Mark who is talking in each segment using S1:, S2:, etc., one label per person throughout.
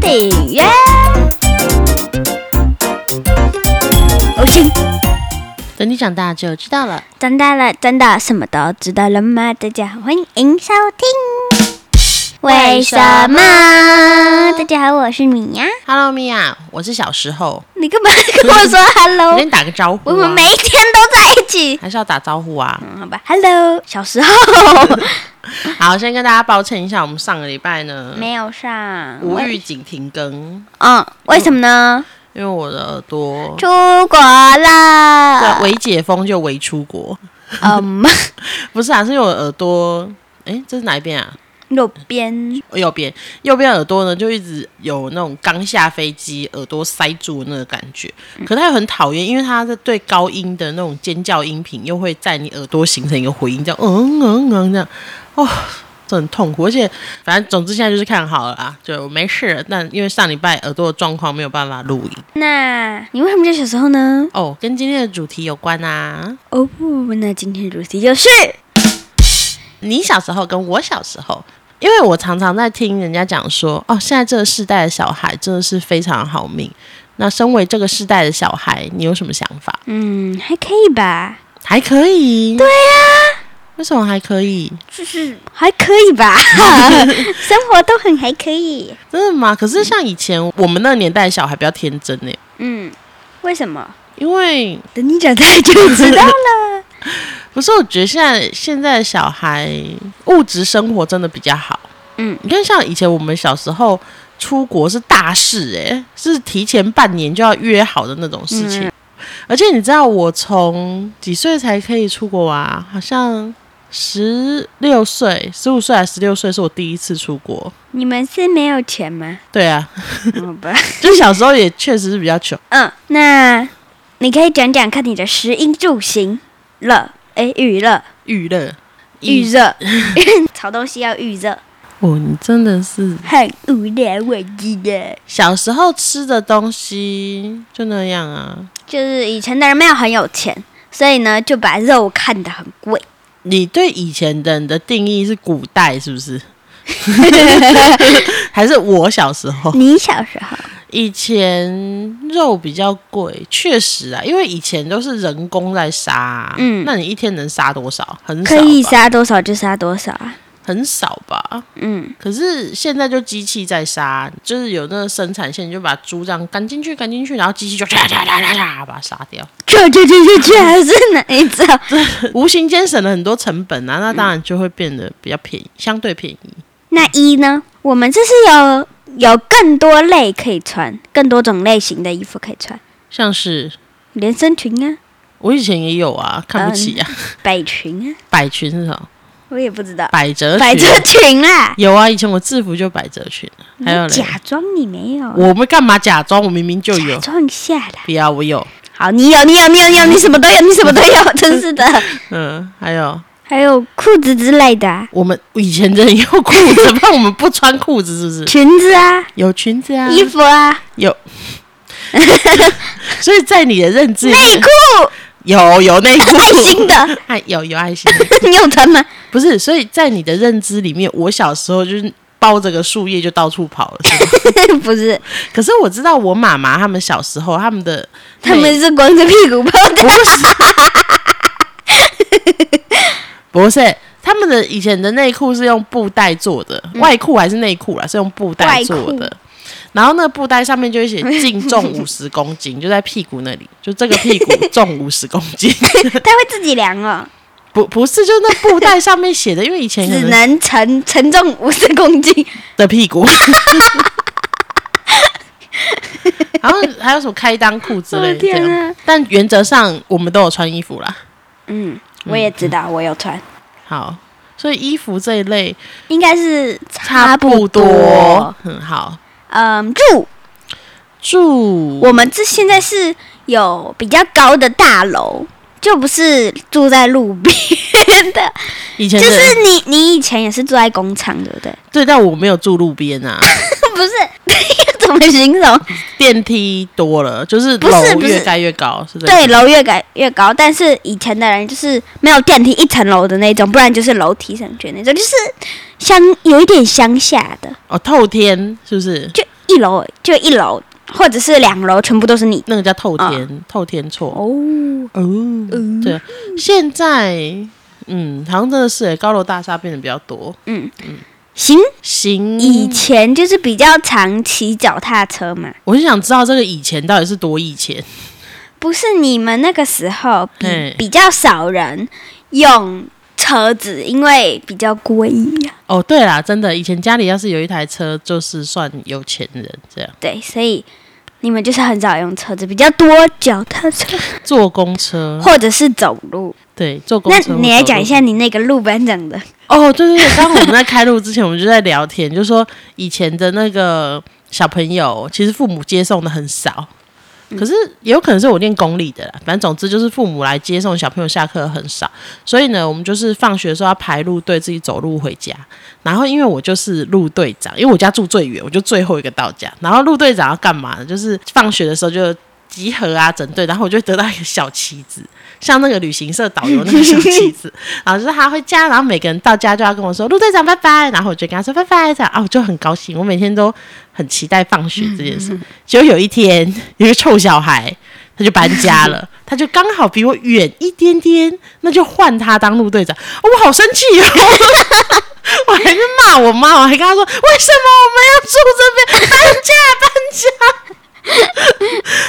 S1: 饼圆。哦行，
S2: 等你长大就知道了。
S1: 长大了，真的什么都知道了吗？大家好，欢迎收听。为什么？大家好，我是米娅。
S2: Hello，米娅，我是小时候，
S1: 你干嘛跟我说
S2: 我
S1: hello？
S2: 跟你打个招呼、
S1: 我
S2: 啊。
S1: 们每一天都在一起。
S2: 还是要打招呼啊。
S1: 嗯，好吧，hello，小时 候
S2: 好，先跟大家抱歉一下，我们上个礼拜呢
S1: 没有上。嗯
S2: 无
S1: 为
S2: 预警停更，
S1: 嗯，为什么呢？
S2: 因为我的耳朵
S1: 出国了
S2: 对。啊微解封就微出国，
S1: 嗯，
S2: 不是啊，是因为我耳朵，诶，这是哪一边啊？
S1: 右边。
S2: 右边，右边耳朵呢，就一直有那种刚下飞机耳朵塞住的那个感觉。可它又很讨厌，因为它的对高音的那种尖叫音频，又会在你耳朵形成一个回音，这样嗯嗯嗯这样，哦，这很痛苦。而且反正总之现在就是看好了啊，就没事了。但因为上礼拜耳朵的状况没有办法录音
S1: 那你为什么叫小时候呢？
S2: 哦，跟今天的主题有关啊。
S1: 哦不，那今天的主题就是
S2: 你小时候跟我小时候，因为我常常在听人家讲说，哦，现在这个世代的小孩真的是非常好命。那身为这个世代的小孩，你有什么想法？
S1: 嗯，还可以吧，
S2: 还可以，对呀、为什么还可以？
S1: 就是还可以 吧，生活都很还可以。
S2: 真的吗？可是像以前我们那个年代的小孩比较天真呢，
S1: 嗯，为什么？
S2: 因为
S1: 等你长大就知道了。
S2: 不是，我觉得现在现在的小孩物质生活真的比较好。
S1: 嗯，
S2: 你看，像以前我们小时候出国是大事、欸，是提前半年就要约好的那种事情。而且你知道，我从几岁才可以出国啊？好像十六岁、十五岁还是十六岁是我第一次出国。
S1: 你们是没有钱 吗？
S2: 对啊，
S1: 好吧。
S2: 就小时候也确实是比较穷。
S1: 嗯，那你可以讲讲看你的食衣住行了，哎，预热、
S2: 娱乐，
S1: 预 热，炒东西要预热，
S2: 哦，你真的是
S1: 很无聊，我记得。
S2: 小时候吃的东西就那样啊。
S1: 就是以前的人没有很有钱，所以呢就把肉看得很贵。
S2: 你对以前的人的定义是古代是不是？还是我小时候
S1: 你小时候，
S2: 以前肉比较贵，确实啊，因为以前都是人工在杀啊、
S1: 嗯
S2: 那你一天能杀多少？很少
S1: 可以
S2: 吧，
S1: 杀多少就杀多少啊。
S2: 很少吧。
S1: 嗯，
S2: 可是现在就机器在杀，就是有那个生产线，你就把猪这样赶进去，赶进去，然后机器就嚓嚓嚓嚓嚓把它杀掉，
S1: 这这这这这还是哪一种？
S2: 无形间省了很多成本啊，那当然就会变得比较便宜，相对便宜。
S1: 那一呢？我们这是有有更多类可以穿，更多种类型的衣服可以穿，
S2: 像是
S1: 连身裙啊，
S2: 我以前也有啊，看不起啊。
S1: 百裙啊，
S2: 百裙是什么？
S1: 我也不知道，
S2: 百褶裙。
S1: 百褶裙啦。
S2: 有啊，以前我制服就百褶裙。还有
S1: 你
S2: 嘞，
S1: 假装你没有啊，
S2: 我们干嘛假装？我明明就
S1: 假
S2: 有。
S1: 装一下啦。
S2: 不要，我有。
S1: 好，你有，你有，你有，你有，你什么都有，你什么都有，真是的。
S2: 嗯，还有
S1: 还有裤子之类的、啊，
S2: 我们以前真的有裤子，不然我们不穿裤子是不是？
S1: 裙子啊，
S2: 有裙子啊，
S1: 衣服啊，
S2: 有。所以在你的认知里面，
S1: 内裤，
S2: 有有内裤，
S1: 爱心 的，
S2: 爱有有爱心，
S1: 你有穿吗？
S2: 不是？所以在你的认知里面，我小时候就是抱着个树叶就到处跑了。是 吗
S1: 不是，
S2: 可是我知道我妈妈他们小时候，他们的
S1: 他们是光着屁股泡的。
S2: 不是，他们的以前的内裤是用布袋做的，外裤还是内裤啦，是用布袋做
S1: 嗯外
S2: 的。然后那个布袋上面就会写“净重五十 公斤”，就在屁股那里，就这个屁股重五十公斤。
S1: 他会自己量哦，
S2: 不，不是，就那布袋上面写的，因为以前可
S1: 只
S2: 能
S1: 能承承重五十公斤，
S2: 的屁 股。然后还有什么开裆裤之类
S1: 我
S2: 的
S1: 的
S2: 这
S1: 天啊
S2: 样，但原则上我们都有穿衣服啦。
S1: 嗯，我也知道，我有穿，
S2: 好，所以衣服这一类
S1: 应该是
S2: 差
S1: 差
S2: 不
S1: 不多
S2: 多。。很好，
S1: 嗯，住
S2: 住
S1: 我们这现在是有比较高的大楼，就不是住在路边的，
S2: 以前
S1: 就
S2: 的人
S1: 是你你以前也是住在工厂，对不对？
S2: 对，但我没有住路边 啊，
S1: 不是，怎么形容？
S2: 电梯多了，就是
S1: 不是
S2: 楼
S1: 不是
S2: 越盖越高，是这样
S1: 对，楼越改越高，但是以前的人就是没有电梯一层楼的那种，不然就是楼梯上去那种，就是乡有一点乡下的，
S2: 哦，透天是不是？
S1: 就一楼就一楼，或者是两楼全部都是你
S2: 那个叫透天、透天错
S1: 哦。嗯
S2: 哦，对，现在嗯，好像真的是哎，高楼大厦变得比较多。
S1: 行，
S2: 行，
S1: 以前就是比较常骑脚踏车嘛，
S2: 我就想知道这个以前到底是多以前，
S1: 不是你们那个时候比
S2: 嘿
S1: 比较少人用车子，因为比较贵啊呀、
S2: 哦，对啦，真的，以前家里要是有一台车，就是算有钱人这样。
S1: 对，所以你们就是很少用车子，比较多脚踏车
S2: 坐公车，
S1: 或者是走路。
S2: 对，坐嗯公
S1: 哦那
S2: 车。
S1: 你来讲一。下你那个路班长的，
S2: 哦，对对对，刚刚我们在开录之前，我们就在聊天， 就说以前的那个小朋友，其实父母接送的很少。可是也有可能是我念公立的啦，反正总之就是父母来接送小朋友下课很少，所以呢，我们就是放学的时候要排路队自己走路回家。然后因为我就是路队长，因为我家住最远，我就最后一个到家。然后路队长要干嘛呢？就是放学的时候就集合啊，整队，然后我就会得到一个小旗子，像那个旅行社导游那个小旗子，然后就是他回家，然后每个人到家就要跟我说陆队长拜拜，然后我就跟他说拜拜，这样啊，我就很高兴，我每天都很期待放学这件事。结果有一天，有一个臭小孩，他就搬家了，他就刚好比我远一点点，那就换他当陆队长，哦我好生气哦。我还是骂我妈，我还跟她说：“为什么我们要住这边？搬家，搬家！”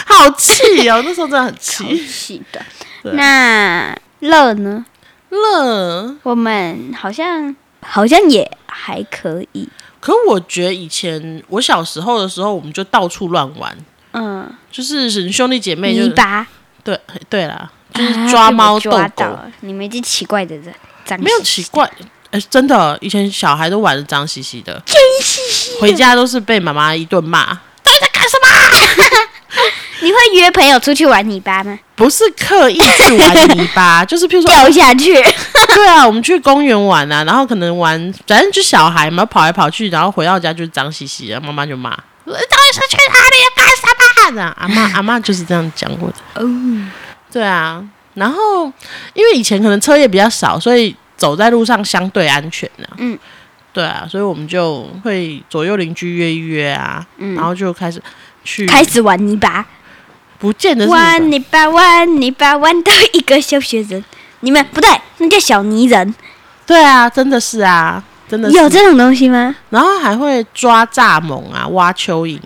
S2: 好气哦，那时候真的很气。
S1: 是的。
S2: 对
S1: 那乐呢？
S2: 乐，
S1: 我们好像好像也还可以，
S2: 可我觉得以前我小时候的时候，我们就到处乱玩，
S1: 嗯，
S2: 就是兄弟姐妹就
S1: 泥巴
S2: 对对啦，就是
S1: 啊
S2: 抓
S1: 被我
S2: 猫斗
S1: 抓
S2: 狗，
S1: 到了，你们这奇怪的人，脏
S2: 没有
S1: 兮
S2: 奇怪。哎，真的，以前小孩都玩的脏兮兮的，回家都是被妈妈一顿骂。
S1: 你会约朋友出去玩泥巴吗？
S2: 不是刻意去玩泥巴， 就是譬如说，哦
S1: 掉下去，
S2: 对啊， 我们去公园玩啊，然后可能玩，反正就小孩嘛，跑来跑去，然后回到家就是脏兮兮，然后妈妈就骂：“我到底是去啊哪里干什么？”这样啊阿妈阿妈就是这样讲过的。
S1: 哦，
S2: 对啊，然后因为以前可能车也比较少，所以走在路上相对安全啊。
S1: 嗯，
S2: 对啊，所以我们就会左右邻居约一约啊，然后就开始去，
S1: 嗯开始玩泥巴，
S2: 不见得是
S1: 玩泥巴，玩泥巴，玩到一个小学人，你们不对，那叫小泥人，
S2: 对啊，真的是啊，真的是
S1: 有这种东西吗？
S2: 然后还会抓蚱蜢啊，挖蚯蚓、啊，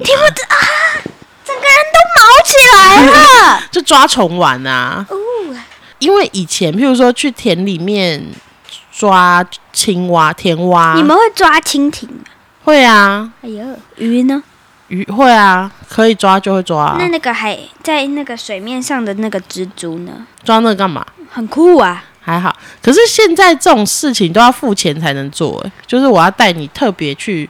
S1: 整个人都毛起来了，
S2: 就抓虫玩啊。因为以前譬如说去田里面抓青蛙、田蛙，
S1: 你们会抓蜻蜓吗？
S2: 会啊，
S1: 啊哎呦，鱼呢？
S2: 鱼会啊，可以抓就会抓、啊
S1: 那，那个海在那个水面上的那个蜘蛛呢？
S2: 抓那个干嘛？
S1: 很酷啊！
S2: 还好，可是现在这种事情都要付钱才能做、欸，就是我要带你特别去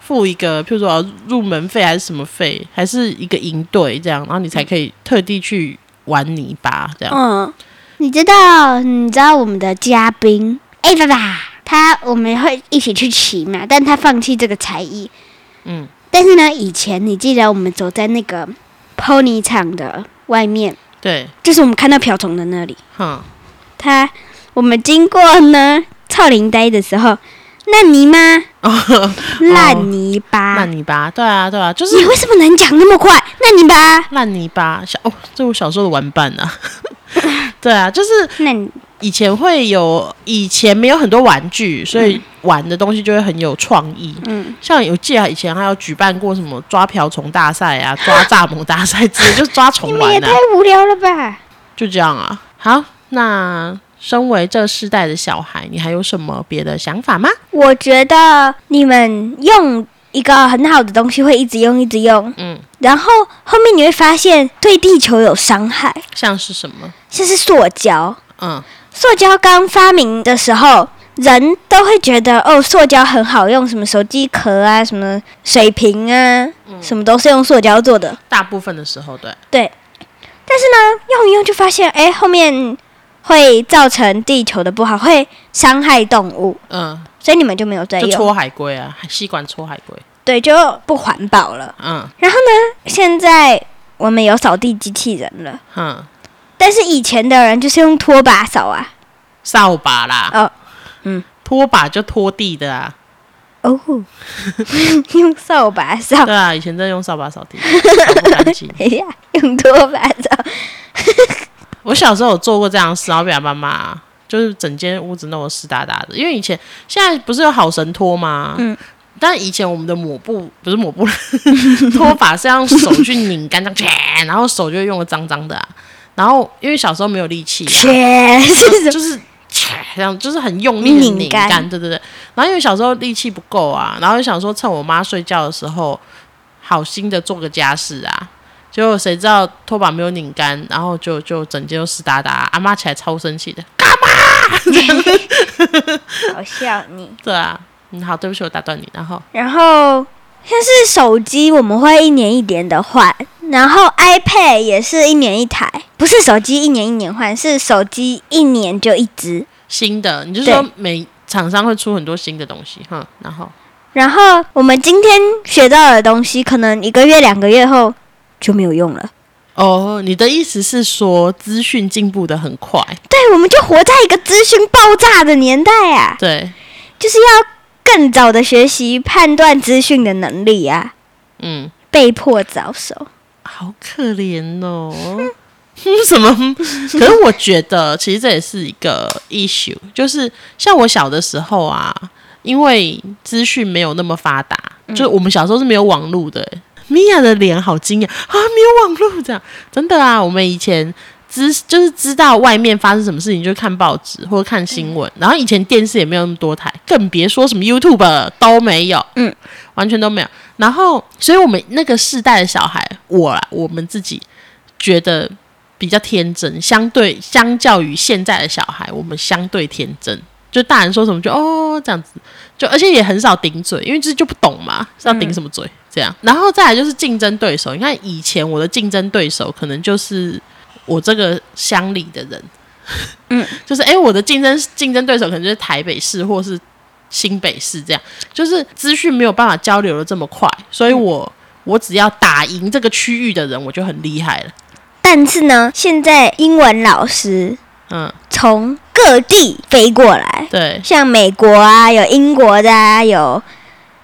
S2: 付一个，譬如说呃入门费还是什么费，还是一个营队这样，然后你才可以特地去玩泥巴这样。
S1: 嗯，你知道，你知道我们的嘉宾 A 哎爸爸，他我们会一起去骑嘛，但他放弃这个才艺。
S2: 嗯，
S1: 但是呢，以前你记得我们走在那个 pony 场的外面，
S2: 对，
S1: 就是我们看到瓢虫的那里，
S2: 哼。
S1: 他我们经过呢超林呆的时候，烂泥吗？
S2: 哦，
S1: 烂泥巴。
S2: 烂泥巴，对啊，对啊， 就是
S1: 你为什么能讲那么快？烂泥巴，
S2: 烂泥巴。小哦，这我小时候的玩伴啊。 对啊，就是
S1: 烂
S2: 以前会有，以前没有很多玩具，所以玩的东西就会很有创意。
S1: 嗯
S2: 嗯，像有记得以前还有举办过什么抓瓢虫大赛 啊、抓蚱蜢大赛之类，就是抓
S1: 你
S2: 虫
S1: 们也
S2: 玩
S1: 太
S2: 啊，
S1: 无聊了吧！
S2: 就这样啊。好，那身为这世代的小孩，你还有什么别的想法吗？
S1: 我觉得你们用一个很好的东西会一直用，一直用，
S2: 嗯，
S1: 然后后面你会发现对地球有伤害，
S2: 像是什么？
S1: 像是塑胶。
S2: 嗯，
S1: 塑胶刚发明的时候，人都会觉得哦，塑胶很好用，什么手机壳啊，什么水瓶啊，什么都是用塑胶做的。
S2: 大部分的时候，对，
S1: 用一用就发现，哎，后面会造成地球的不好，会伤害动物，
S2: 嗯，
S1: 所以你们就没有再
S2: 就
S1: 用，
S2: 戳海龟啊，吸管戳海龟，
S1: 对，就不环保了。
S2: 嗯。
S1: 现在我们有扫地机器人了，
S2: 哼，
S1: 但是以前的人就是用拖把扫啊，
S2: 扫把啦，
S1: 哦，嗯，
S2: 拖把就拖地的啊，
S1: 哦， 用扫把 扫，
S2: 对啊，以前在用扫把扫地，扫不干净。
S1: 哎呀，用拖把扫，
S2: 我小时候有做过这样的事，然后被他妈骂，就是整间屋子弄得湿哒哒的。因为以前现在不是有好神拖吗？嗯。但以前我们的抹布不是抹布， 拖把是要用手去拧干，这样 切然后手就会用的脏脏的、啊。然后因为小时候没有力气、啊，
S1: 切是什么？
S2: 就是切这样，就是很用力的拧
S1: 拧干
S2: 干，对对对。然后因为小时候力气不够啊，然后就想说趁我妈睡觉的时候，好心的做个家事啊。结果谁知道拖把没有拧干，然后就就整间都湿哒哒。阿妈起来超生气的，
S1: 好笑你。
S2: 对啊，嗯，好，对不起，我打断你。然后
S1: 然后像是手机，我们会一年一年的换，然后 iPad 也是一年一台，不是手机一年一年换，是手机一年就一只。
S2: 新的，你就说
S1: 对
S2: 每厂商会出很多新的东西，哼，然后
S1: 然后我们今天学到的东西，可能一个月、两个月后就没有用了。
S2: 哦，你的意思是说资讯进步的很快，
S1: 对，我们就活在一个资讯爆炸的年代啊，
S2: 对，
S1: 就是要更早的学习判断资讯的能力啊，
S2: 嗯，
S1: 被迫早熟。
S2: 好可怜哦。什么？可是我觉得，其实这也是一个 issue，就是像我小的时候啊，因为资讯没有那么发达，就是我们小时候是没有网络的、米娅的脸好惊讶啊，没有网络这样，真的啊，我们以前。知就是知道外面发生什么事情，就看报纸或者看新闻。然后以前电视也没有那么多台，更别说什么 YouTube 了都没有，
S1: 嗯，
S2: 完全都没有。然后，所以我们那个世代的小孩，我啦，我们自己觉得比较天真，相对相较于现在的小孩，我们相对天真。就大人说什么就哦这样子，就而且也很少顶嘴，因为就是就不懂嘛，是要顶什么嘴、这样。然后再来就是竞争对手，你看以前我的竞争对手可能就是我这个乡里的人，
S1: 嗯，
S2: 就是哎、诶我的竞争竞争对手可能就是台北市或是新北市这样，就是资讯没有办法交流的这么快，所以我、我只要打赢这个区域的人，我就很厉害了，
S1: 但是呢，现在英文老师
S2: 嗯，
S1: 从各地飞过来，
S2: 对。
S1: 像美国啊，有英国的啊，有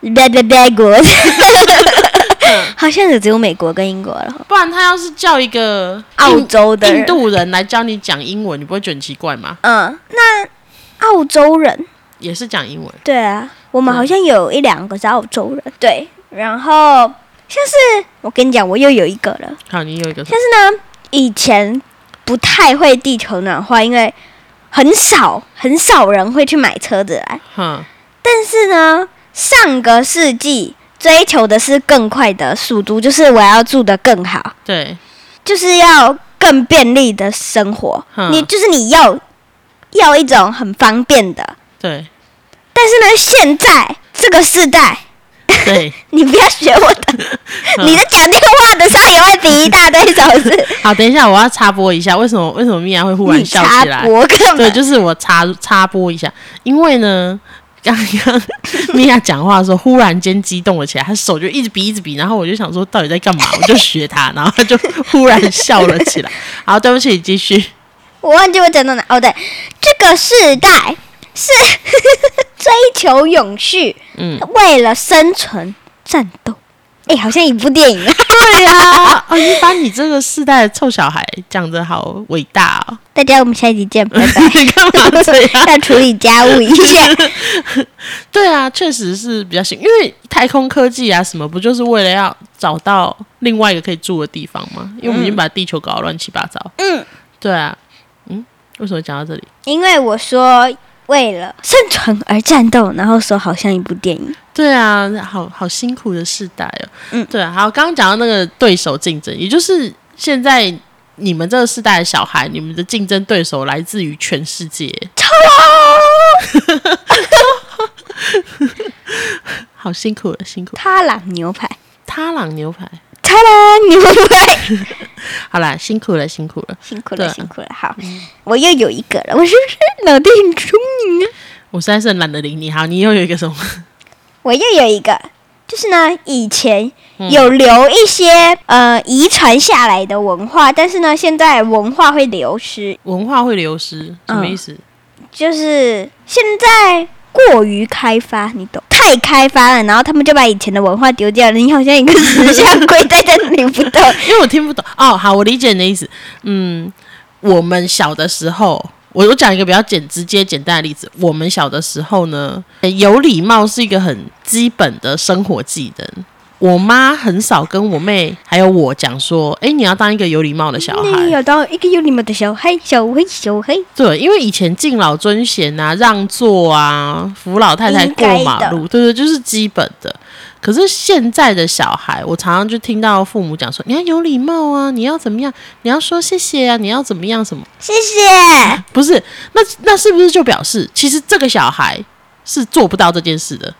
S1: blah blah blah 国的，好像也只有美国跟英国了哈。
S2: 不然他要是叫一个
S1: 澳
S2: 印
S1: 洲的人
S2: 印度人来教你讲英文，你不会觉得很奇怪吗？
S1: 嗯，那澳洲人，
S2: 也是讲英文，
S1: 对啊，我们
S2: 嗯
S1: 好像有一两个是澳洲人，对。然后像是我跟你讲，我又有一个了，
S2: 好，你有一个什
S1: 但是呢，以前不太会地球暖化，因为很少很少人会去买车子来。
S2: 哼，
S1: 但是呢，上个世纪追求的是更快的速度，就是我要住得更好，
S2: 对，
S1: 就是要更便利的生活。
S2: 嗯
S1: 你就是你要要一种很方便的，
S2: 对，
S1: 但是呢，现在这个时代，
S2: 对，
S1: 你不要学我 的，
S2: 嗯
S1: 你在讲电话的时候也会比一大堆手 势，
S2: 好，等一下，我要插播一下，为什么为什么米娅会忽然
S1: 你
S2: 笑
S1: 插
S2: 起来？
S1: 播干
S2: 对，
S1: 嘛？
S2: 就是我插插播一下，因为呢，刚刚 米娅讲话的时候，忽然间激动了起来，她手就一直比一直比，然后我就想说到底在干嘛，我就学她，然后她就忽然笑了起来。好，对不起，继续。
S1: 我忘记我讲到哪。哦，对，这个世代是 追求永续。
S2: 嗯，
S1: 为了生存战斗。哎、好像一部电影啊！
S2: 对呀、啊，你把你这个世代的臭小孩讲的好伟大哦！
S1: 大家，我们下一集见，拜
S2: 你干嘛这样
S1: 拜。？ 要处理家务一下，
S2: 对啊，确实是比较新，因为太空科技啊什么，不就是为了要找到另外一个可以住的地方吗？因为我们已经把地球搞得乱七八糟。
S1: 嗯，
S2: 对啊，嗯，为什么讲到这里？
S1: 因为我说为了生存而战斗，然后说好像一部电 影。
S2: 对啊，好好辛苦的世代哦。
S1: 嗯
S2: 对啊。好，刚刚讲到那个对手竞争，也就是现在你们这个世代的小孩，你们的竞争对手来自于全世界。好辛苦了，辛苦。
S1: 他朗牛排，
S2: 他朗牛排，
S1: 他朗牛排，
S2: 好啦，辛苦了，辛苦了。
S1: 辛苦
S2: 对
S1: 了，
S2: 啊
S1: 辛苦了。好，我又有一个了，我是不是脑袋很聪明啊？
S2: 我实在是很懒得理你。好，你又有一个什么？
S1: 我又有一个，就是呢，以前
S2: 嗯
S1: 有留一些、呃遗传下来的文化，但是呢，现在文化会流失，
S2: 文化会流失，什么
S1: 嗯
S2: 意思？
S1: 就是现在过于开发，你懂？太开发了，然后他们就把以前的文化丢掉了。你好像一个石像跪在这里不 动，
S2: 因为我听不懂哦。好，我理解你的意思。嗯，我们小的时候，我我讲一个比较简直接简单的例子。我们小的时候呢，有礼貌是一个很基本的生活技能。我妈很少跟我妹还有我讲说，哎，你要当一个有礼貌的小
S1: 那
S2: 孩。
S1: 有到一个有礼貌的小黑，小黑，小黑，
S2: 对，因为以前敬老尊贤啊、让座啊、扶老太太
S1: 应该
S2: 过马
S1: 的
S2: 路，对对，就是基本的。可是现在的小孩，我常常就听到父母讲说，你要有礼貌啊，你要怎么样，你要说谢谢啊，你要怎么样什么。
S1: 谢谢。
S2: 不是，那那是不是就表示，其实这个小孩是做不到这件事的，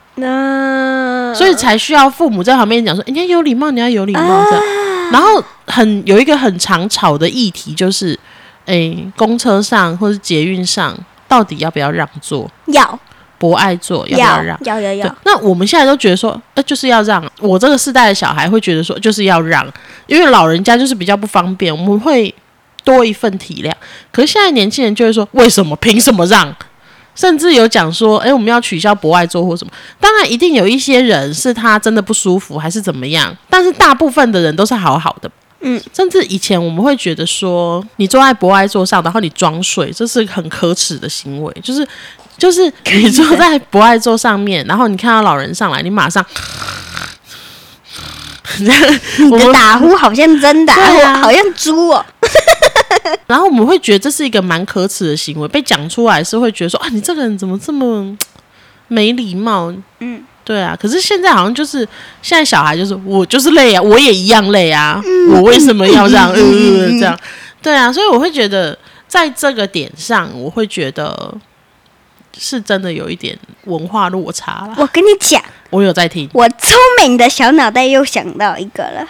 S1: 那
S2: 所以才需要父母在旁边讲说，人家有礼貌，你要有礼貌这样。
S1: 啊，
S2: 然后很有一个很常吵的议题就是，诶、公车上或是捷运上到底要不要让座，
S1: 要
S2: 博爱座要不要
S1: 要
S2: 让？
S1: 要要
S2: 对
S1: 要，，
S2: 那我们现在都觉得说，呃，就是要让。我这个世代的小孩会觉得说，就是要让，因为老人家就是比较不方便，我们会多一份体谅。可是现在年轻人就会说，为什么？凭什么让？甚至有讲说，哎，我们要取消博爱座或什么。当然，一定有一些人是他真的不舒服，还是怎么样。但是大部分的人都是好好的。
S1: 嗯，
S2: 甚至以前我们会觉得说，你坐在博爱座上，然后你装睡，这是很可耻的行为。就是就是你坐在博爱座上面，然后你看到老人上来，你马上这样，
S1: 你
S2: 我
S1: 的
S2: 们
S1: 打呼好像真打
S2: 对啊
S1: 呼，好像猪哦。
S2: 然后我们会觉得这是一个蛮可耻的行为，被讲出来是会觉得说啊，你这个人怎么这么没礼貌？
S1: 嗯，
S2: 对啊。可是现在好像就是现在小孩就是我就是累啊，我也一样累啊，我为什么要让、呃这样？对啊，所以我会觉得在这个点上，我会觉得是真的有一点文化落差啦。
S1: 我跟你讲，
S2: 我有在听，
S1: 我聪明的小脑袋又想到一个了，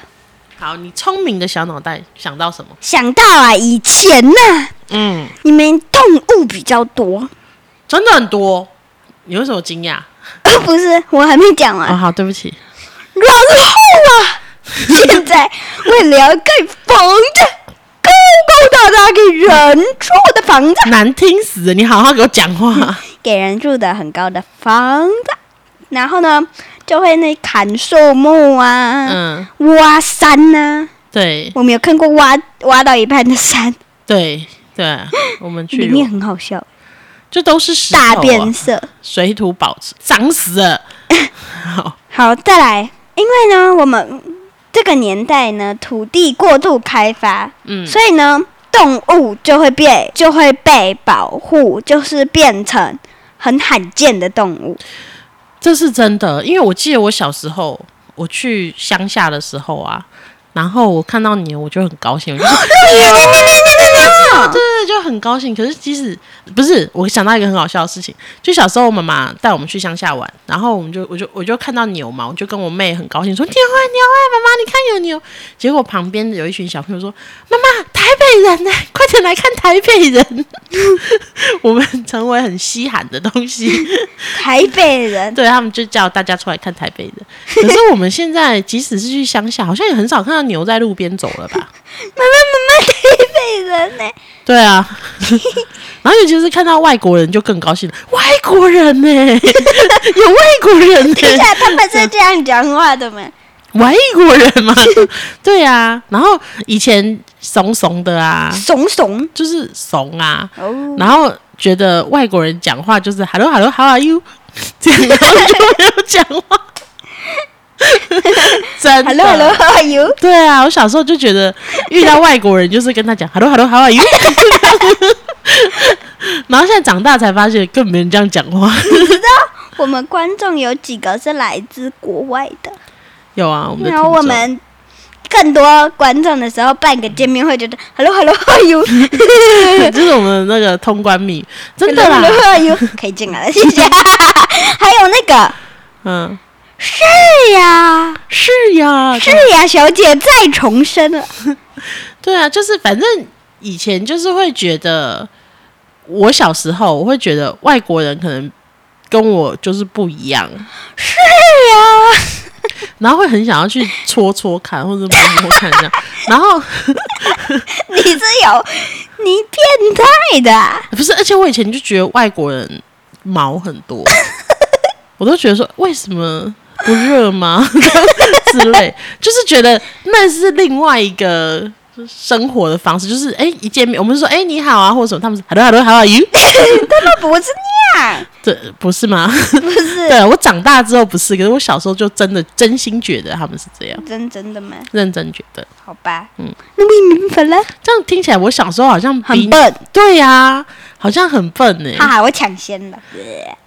S2: 好，你聪明的小脑袋想到什么？
S1: 想到啊，以前呐、
S2: 嗯，
S1: 你们动物比较多，
S2: 真的很多。你为什么惊讶？
S1: 不是，我还没讲完。
S2: 哦，好，对不起。
S1: 然后 啊，现在为了盖房子，高高大大给人住的房子，
S2: 难听死了！你好好给我讲话。
S1: 给人住的很高的房子，然后呢，就会那砍树木啊，
S2: 嗯，
S1: 挖山呐、
S2: 对
S1: 我们有看过挖挖到一半的山，
S2: 对对，啊我们
S1: 里
S2: 去
S1: 面很好笑，
S2: 就都是石头、啊，
S1: 大变色。
S2: 水土保持，脏死了。好，
S1: 好，再来，因为呢，我们这个年代呢，土地过度开发，
S2: 嗯，
S1: 所以呢，动物就会被就会被保护，就是变成很罕见的动物。
S2: 这是真的，因为我记得我小时候我去乡下的时候啊，然后我看到牛，我就很高兴，我就
S1: 哎
S2: 说对对，对就很高兴。可是即使不是，我想到一个很好笑的事情，就小时候我妈妈带我们去乡下玩，然后我们就我就我就看到牛嘛，我就跟我妹很高兴说牛啊牛啊，妈妈你看有牛。结果旁边有一群小朋友说妈妈台北人呢、快点来看台北人， 我们成为很稀罕的东西。
S1: 台北人
S2: 对他们就叫大家出来看台北的。可是我们现在即使是去乡下，好像也很少看到牛在路边走了吧？
S1: 被人呢、
S2: 对啊， 然后尤其是看到外国人就更高兴了，外国人呢、 有外国人呢、
S1: 等一 下，他们是这样讲话的 吗？
S2: 外国 人嘛，对啊。然后以前怂怂的啊，
S1: 怂怂
S2: 就是怂啊，
S1: 哦，
S2: 然后觉得外国人讲话就是 “hello hello how are you”，这样然后就没有讲 话。真的
S1: Hello Hello How are you？
S2: 对啊，我小时候就觉 得遇到外国人就是跟他讲 “hello hello how are you”，然后现在长大才发现根本没人这样讲 话。
S1: 我们观众有几个是来自国外的，
S2: 有啊，我们的
S1: 然后我
S2: 听众
S1: 们。更多观众的时候，办个见面会，觉得 Hello Hello How are you？
S2: 对 这是我们那个通关密语， 真 的
S1: Hello,
S2: 啦，
S1: hello, how are you？可以进来了，谢 谢。还有那个
S2: 嗯，
S1: 是呀，
S2: 是呀，
S1: 是呀，小姐再重生了。
S2: 对啊，就是反正以前就是会觉得，我小时候我会觉得外国人可能跟我就是不一样，
S1: 是
S2: 然后会很想要去戳戳看或者摸摸看这样，然后。
S1: 呀， 你是有你变态的啊、
S2: 不是，而且我以前就觉得外国人毛很多， 我都觉得说为什么不热吗 之类，就是觉得那是另外一个。生活的方式就是，哎、一见面我们就说，哎、你好啊，或者什么，他们是 hello hello how are you，
S1: 那不是那样，
S2: 这不是吗？
S1: 不是
S2: 对我长大之后不是，可是我小时候就真的真心觉得他们是这样，
S1: 真真的吗？
S2: 认真觉得。
S1: 好吧，
S2: 嗯
S1: 嗯，那我也没办法了，
S2: 这样听起来，我小时候好像比
S1: 很
S2: 你，
S1: 笨，
S2: 对呀、好像很笨呢、
S1: 哈哈，我抢先了，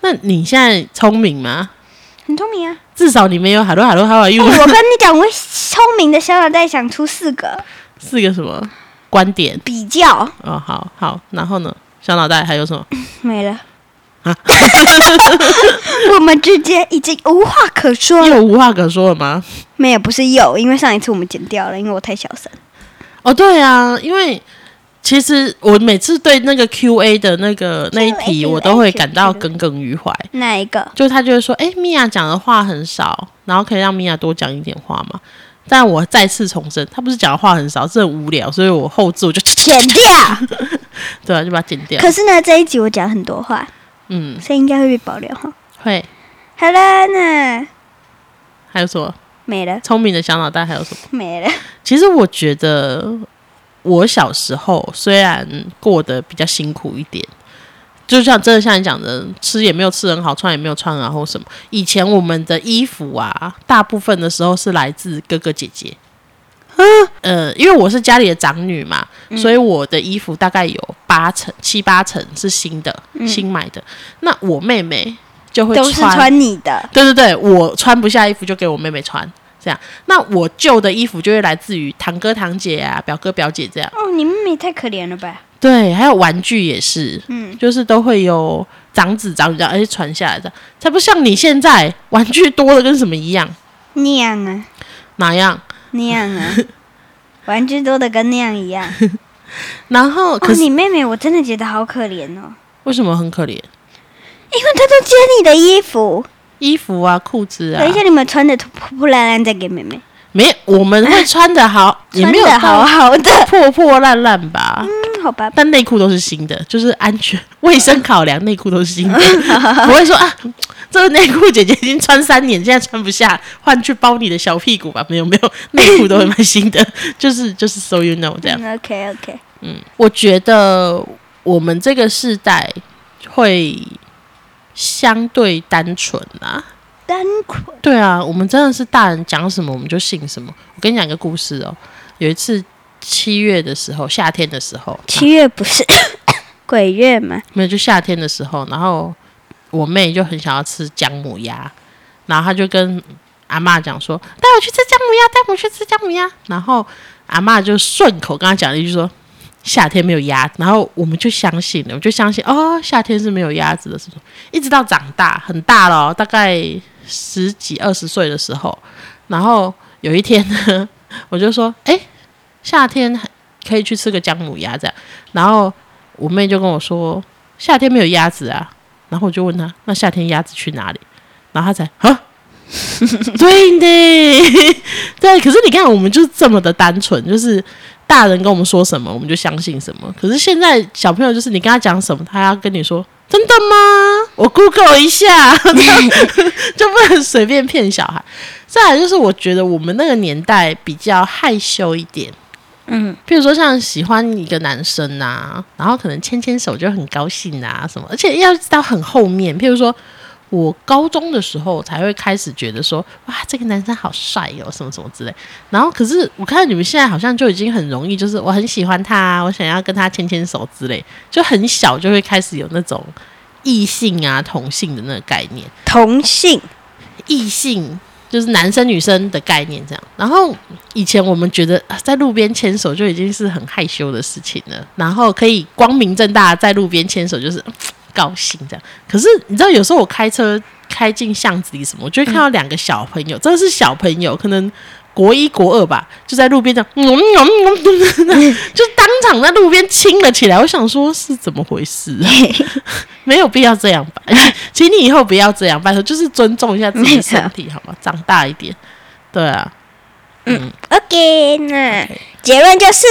S2: 那你现在聪明吗？
S1: 很聪明啊！
S2: 至少你没 有 hello hello how are you
S1: 哎我跟你讲，我聪明的小脑袋想出四个
S2: 是个什么观点
S1: 比较
S2: 哦，好好，然后呢，小脑袋还有什 么？
S1: 没了
S2: 啊。
S1: 我们之间已经无话可说
S2: 你
S1: 了。
S2: 有无话可说了吗？
S1: 没有，不是有，因为上一次我们剪掉了，因为我太小声。
S2: 哦，对啊，因为其实我每次对那个 Q&A 的那个那一
S1: Q&A
S2: 题，我都会感到
S1: Q&A
S2: 耿耿于怀。
S1: 那一个？
S2: 就他就会说，哎、米娅讲的话很少，然后可以让米娅多讲一点话嘛。但我再次重申，他不是讲的话很少，是很无聊，所以我后置我就
S1: 剪掉。
S2: 对、啊，就把它剪掉。
S1: 可是呢，这一集我讲很多话，
S2: 嗯，
S1: 所以应该会被保留哈。
S2: 会
S1: 好了，那
S2: 还有什么
S1: 没了，
S2: 聪明的小脑袋还有什么？
S1: 没了。
S2: 其实我觉得我小时候虽然过得比较辛苦一点，就像真的像你讲的，吃也没有吃很好，穿也没有穿很好，啊或什么。以前我们的衣服啊，大部分的时候是来自哥哥姐姐。嗯，呃，因为我是家里的长女嘛，所以我的衣服大概有八成、七八成是新的、新买的。那我妹妹就会
S1: 都是穿你的，
S2: 对对对，我穿不下衣服就给我妹妹穿，这样。那我旧的衣服就会来自于堂哥堂姐啊、表哥表姐这样。
S1: 哦，你妹妹太可怜了吧？
S2: 对，还有玩具也是，
S1: 嗯，
S2: 就是都会有长子长女这样，而且传下来的，才不像你现在玩具多的跟什么一样，
S1: 那样啊，
S2: 哪样？
S1: 那样啊， 玩具多的跟那样一样。
S2: 然后
S1: 哦，
S2: 可是、
S1: 你妹妹我真的觉得好可怜哦，
S2: 为什么很可怜？
S1: 因为她都接你的衣服，
S2: 衣服啊、裤子啊
S1: 等一，下你们穿的破破烂烂再给妹妹，
S2: 没我们会穿的好，也
S1: 穿
S2: 没有
S1: 的好
S2: 到
S1: 好的。
S2: 破破烂烂吧。
S1: 嗯，好吧，
S2: 但内裤都是新的，就是安全卫生考量，内裤都是新的， 不会说啊，这个内裤姐姐已经穿三年，现在穿不下，换去包你的小屁股吧。没有没有，内裤都会买新的，就是就是 so you know 这样。
S1: 嗯，OK OK，
S2: 我觉得我们这个世代会相对单纯啊，
S1: 单纯
S2: 对啊，我们真的是大人讲什么我们就信什么。我跟你讲一个故事哦，有一次七月的时候，夏天的时候，
S1: 七月不 是鬼月吗？
S2: 没有，就夏天的时候，然后我妹就很想要吃姜母鸭，然后她就跟阿嬷讲说：“带我去吃姜母鸭，带我去吃姜母鸭。”然后阿嬷就顺口跟她讲了一句说：“夏天没有鸭。”然后我们就相信了，我就相信哦，夏天是没有鸭子的，是不是？一直到长大很大了哦，大概十几二十岁的时候，然后有一天呢，我就说：“哎，夏天可以去吃个姜母鸭这样。”然后我妹就跟我说：“夏天没有鸭子啊。”然后我就问她：“那夏天鸭子去哪里？”然后她才啊， 对呢， 对。可是你看，我们就是这么的单纯，就是大人跟我们说什么，我们就相信什么。可是现在小朋友就是你跟他讲什么，他要跟你说。真的吗？我 Google 一下， 这样就不能随便骗小孩。再来就是，我觉得我们那个年代比较害羞一点，
S1: 嗯，
S2: 譬如说像喜欢一个男生呐、然后可能牵牵手就很高兴啊什么，而且要到很后面，譬如说我高中的时候才会开始觉得说，哇，这个男生好帅哦，什么什么之类。然后可是我看到你们现在好像就已经很容易，就是我很喜欢他啊，我想要跟他牵牵手之类，就很小就会开始有那种异性啊同性的那个概念。
S1: 同性
S2: 异性，就是男生女生的概念这样。然后以前我们觉得啊在路边牵手就已经是很害羞的事情了，然后可以光明正大地在路边牵手就是嗯高兴这样。可是你知道，有时候我开车开进巷子里什么，我就会看到两个小朋友，真的是小朋友，可能。国一、国二吧，就在路边这样， 嗯嗯嗯嗯嗯，就当场在路边亲了起来。我想说，是怎么回事啊？没有必要这样吧， 请你以后不要这样，拜托，就是尊重一下自己的身体，好吗？长大一点，对啊，
S1: ，OK，那结论就是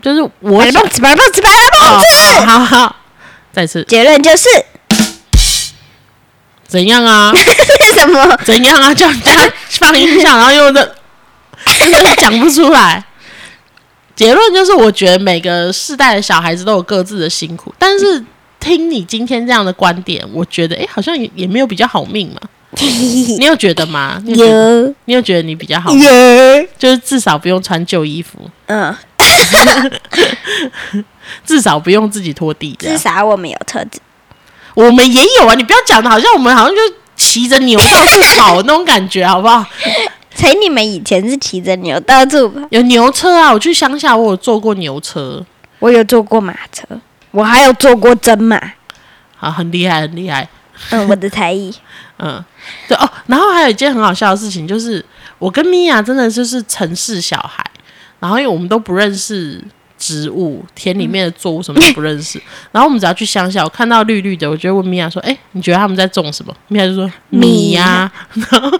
S2: 就是我
S1: 白了
S2: 想
S1: 蹦子，白了蹦子，白了蹦
S2: 哦
S1: 子。
S2: 好好好，再次
S1: 结论就是，
S2: 怎样 啊？
S1: 是 什么？
S2: 怎样啊？叫人家放音响，然后又的，就是讲不出来。结论就是，我觉得每个世代的小孩子都有各自的辛苦，但是听你今天这样的观点，我觉得，哎、好像也也没有比较好命嘛。嗯你有觉得吗？你有觉得
S1: 有
S2: 你有觉得你比较好命，
S1: 有，
S2: 就是至少不用穿旧衣服，
S1: 嗯，
S2: 至少不用自己拖地这
S1: 至
S2: 样。
S1: 少我们有车子。
S2: 我们也有啊，你不要讲的好像我们好像就骑着牛到处跑那种感觉，好不好？
S1: 所以你们以前是骑着牛到处跑，
S2: 有牛车啊，我去乡下我有坐过牛车
S1: 我有坐过马车，我还有坐过真马。
S2: 啊，很厉害，很厉害。
S1: 嗯，我的才艺。
S2: 嗯，对哦。然后还有一件很好笑的事情，就是我跟米娅真的就是城市小孩，然后因为我们都不认识植物，田里面的作物什么都不认识。然后我们只要去乡下，我看到绿绿的，我就会问米娅说：“哎、你觉得他们在种什么？”米娅就说：“米呀、 然后，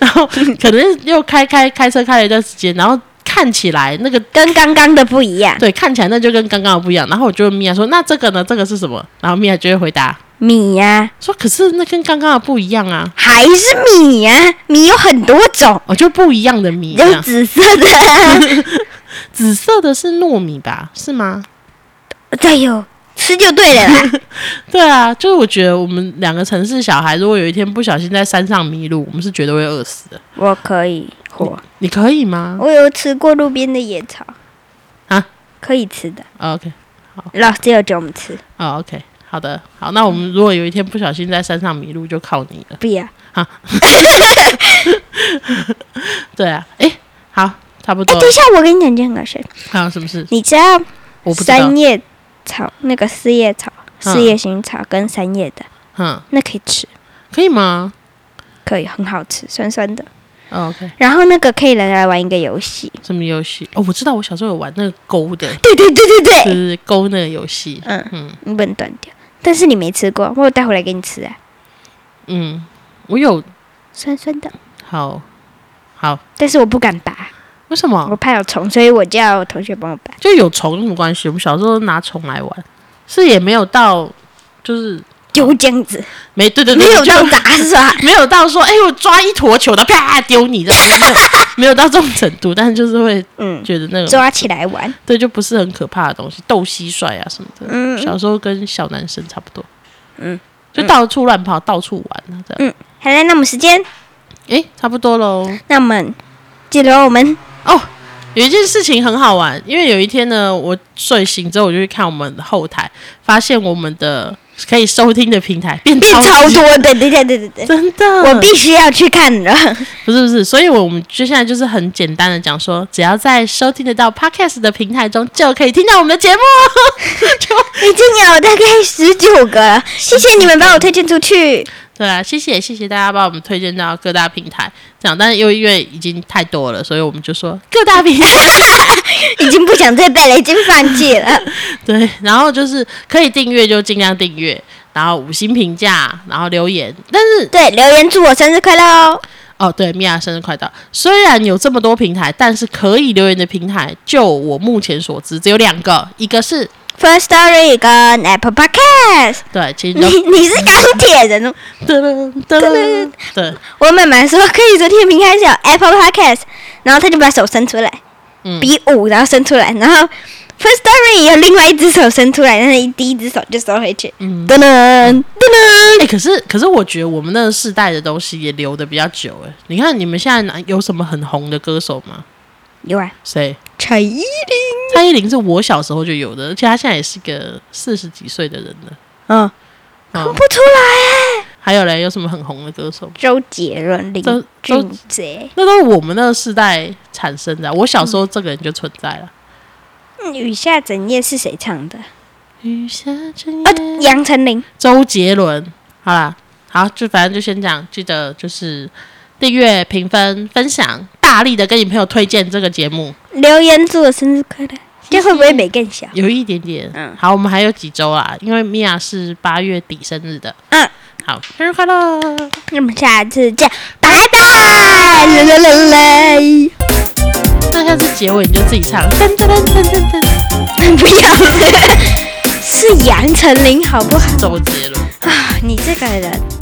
S2: 然后可能又开开开车开了一段时间，然后看起来那个
S1: 跟刚刚的不一样，
S2: 对看起来那就跟刚刚的不一样。然后我就问米娅说：“那这个呢？这个是什么？”然后米娅就会回答
S1: 米啊呀、
S2: 说：“可是那跟刚刚的不一样啊。”
S1: 还是米呀、米有很多种，
S2: 哦，就不一样 的米，这
S1: 有
S2: 样
S1: 紫色的啊，
S2: 紫色的是糯米吧？是吗？
S1: 再有哎吃就对了 啦。
S2: 对啊，就是我觉得我们两个城市小孩，如果有一天不小心在山上迷路，我们是绝对会饿死的。
S1: 我可以活，
S2: 你可以吗
S1: 我有吃过路边的野草
S2: 啊，
S1: 可以吃的，
S2: 哦？OK，
S1: 老师有教我们吃，
S2: 哦，OK，好的，好，那我们如果有一天不小心在山上迷路，就靠你了。
S1: 不要。
S2: 对啊，诶，好，差不
S1: 哎，
S2: 多了
S1: 等一，下，我跟你讲一件很搞笑的事，
S2: 还有什么事？
S1: 你知道
S2: 我不知道
S1: 三。叶草那个四叶草、
S2: 嗯
S1: 四叶薰草跟三叶的
S2: 嗯，
S1: 那可以吃，
S2: 可以吗、
S1: 可以很好吃，酸酸的。
S2: 哦、？OK，
S1: 然后那个可以拿来玩一个游戏，
S2: 什么游戏？哦，我知道，我小时候有玩那个勾的，
S1: 对对对对
S2: 就
S1: 对，
S2: 是勾那个游戏。
S1: 嗯
S2: 嗯
S1: 你不能断掉。但是你没吃过，我有带回来给你吃啊，
S2: 嗯，我有，
S1: 酸酸的，
S2: 好，好，
S1: 但是我不敢拔，
S2: 为什么
S1: 我？怕有虫，所以我叫我同学帮我拔。
S2: 就有虫有什么关系？我们小时候都拿虫来玩，是也没有到，就是
S1: 就这样子，
S2: 没对对
S1: 没
S2: 对，
S1: 有
S2: 就
S1: 这样啊砸是吧？
S2: 没有到说，哎、我抓一坨球，然后啪丢你这样，没有没有到这种程度，但是就是会
S1: 嗯，
S2: 觉得那种
S1: 抓起来玩，
S2: 对就不是很可怕的东西，斗蟋蟀啊什么的，
S1: 嗯，
S2: 小时候跟小男生差不多，
S1: 嗯，
S2: 就到处乱跑，到处玩啊这样，
S1: 好了，那么时间，
S2: 哎、差不多喽。
S1: 那我们记得我们
S2: 哦，有一件事情很好玩，因为有一天呢，我睡醒之后，我就去看我们的后台，发现我们的可以收听的平台变
S1: 变超
S2: 级嗯
S1: 多的，对对对对对，
S2: 真的，
S1: 我必须要去看了。
S2: 不是不是，所以我们就现在就是很简单的讲说，只要在收听得到 podcast 的平台中，就可以听到我们的节目。
S1: 已经有大概十九个了，谢谢你们把我推荐出去。
S2: 对啊，谢谢谢谢大家把我们推荐到各大平台，这样，但是又因为已经太多了，所以我们就说各大平台。
S1: 已经不想再带了，已经放弃了。
S2: 对，然后就是可以订阅就尽量订阅，然后五星评价，然后留言。但是
S1: 对，留言祝我生日快乐哦！
S2: 哦，对，米娅生日快到！虽然有这么多平台，但是可以留言的平台，就我目前所知，只有两个，一个是
S1: First Story 跟 Apple Podcast，
S2: 对，其实
S1: 你
S2: 都
S1: 你是钢铁人哦！
S2: 噔噔噔噔，对，
S1: 我妈妈说可以昨天平开小 Apple Podcast，然后她就把手伸出来，
S2: 嗯
S1: 比五，然后伸出来，然后 First Story 有另外一只手伸出来，但是第一只手就收回去。
S2: 嗯。
S1: 噔噔噔
S2: 哎、
S1: 噔，
S2: 可是可是，我觉得我们那个世代的东西也留的比较久哎。你看你们现在哪有什么很红的歌手吗？
S1: 有啊，
S2: 谁？
S1: 蔡依林
S2: 蔡依林是我小时候就有的，而且她现在也是个四十几岁的人了。
S1: 嗯，哭
S2: 嗯，
S1: 不出来，
S2: 还有嘞，有什么很红的歌手吗？
S1: 周杰伦、林
S2: 周周
S1: 俊杰、
S2: 那都是我们那个世代产生的啊、我小时候这个人就存在了。
S1: 嗯雨下整夜是谁唱的？
S2: 雨下整夜
S1: 呃，杨丞琳。
S2: 周杰伦，好啦，好，就反正就先讲，记得就是订阅、评分、分享，大力的跟你朋友推荐这个节目，
S1: 留言祝我生日快乐，这样会不会美更小？
S2: 有一点点，
S1: 嗯
S2: 好，我们还有几周啦，因为米娅是八月底生日的，
S1: 嗯，
S2: 好，生日快乐！
S1: 那我们下次见，拜拜！啦啦啦啦，
S2: 那下次结尾你就自己唱，噔噔噔噔噔 噔，
S1: 不要，是杨丞琳好不好？
S2: 周杰伦。
S1: 啊，你这个人。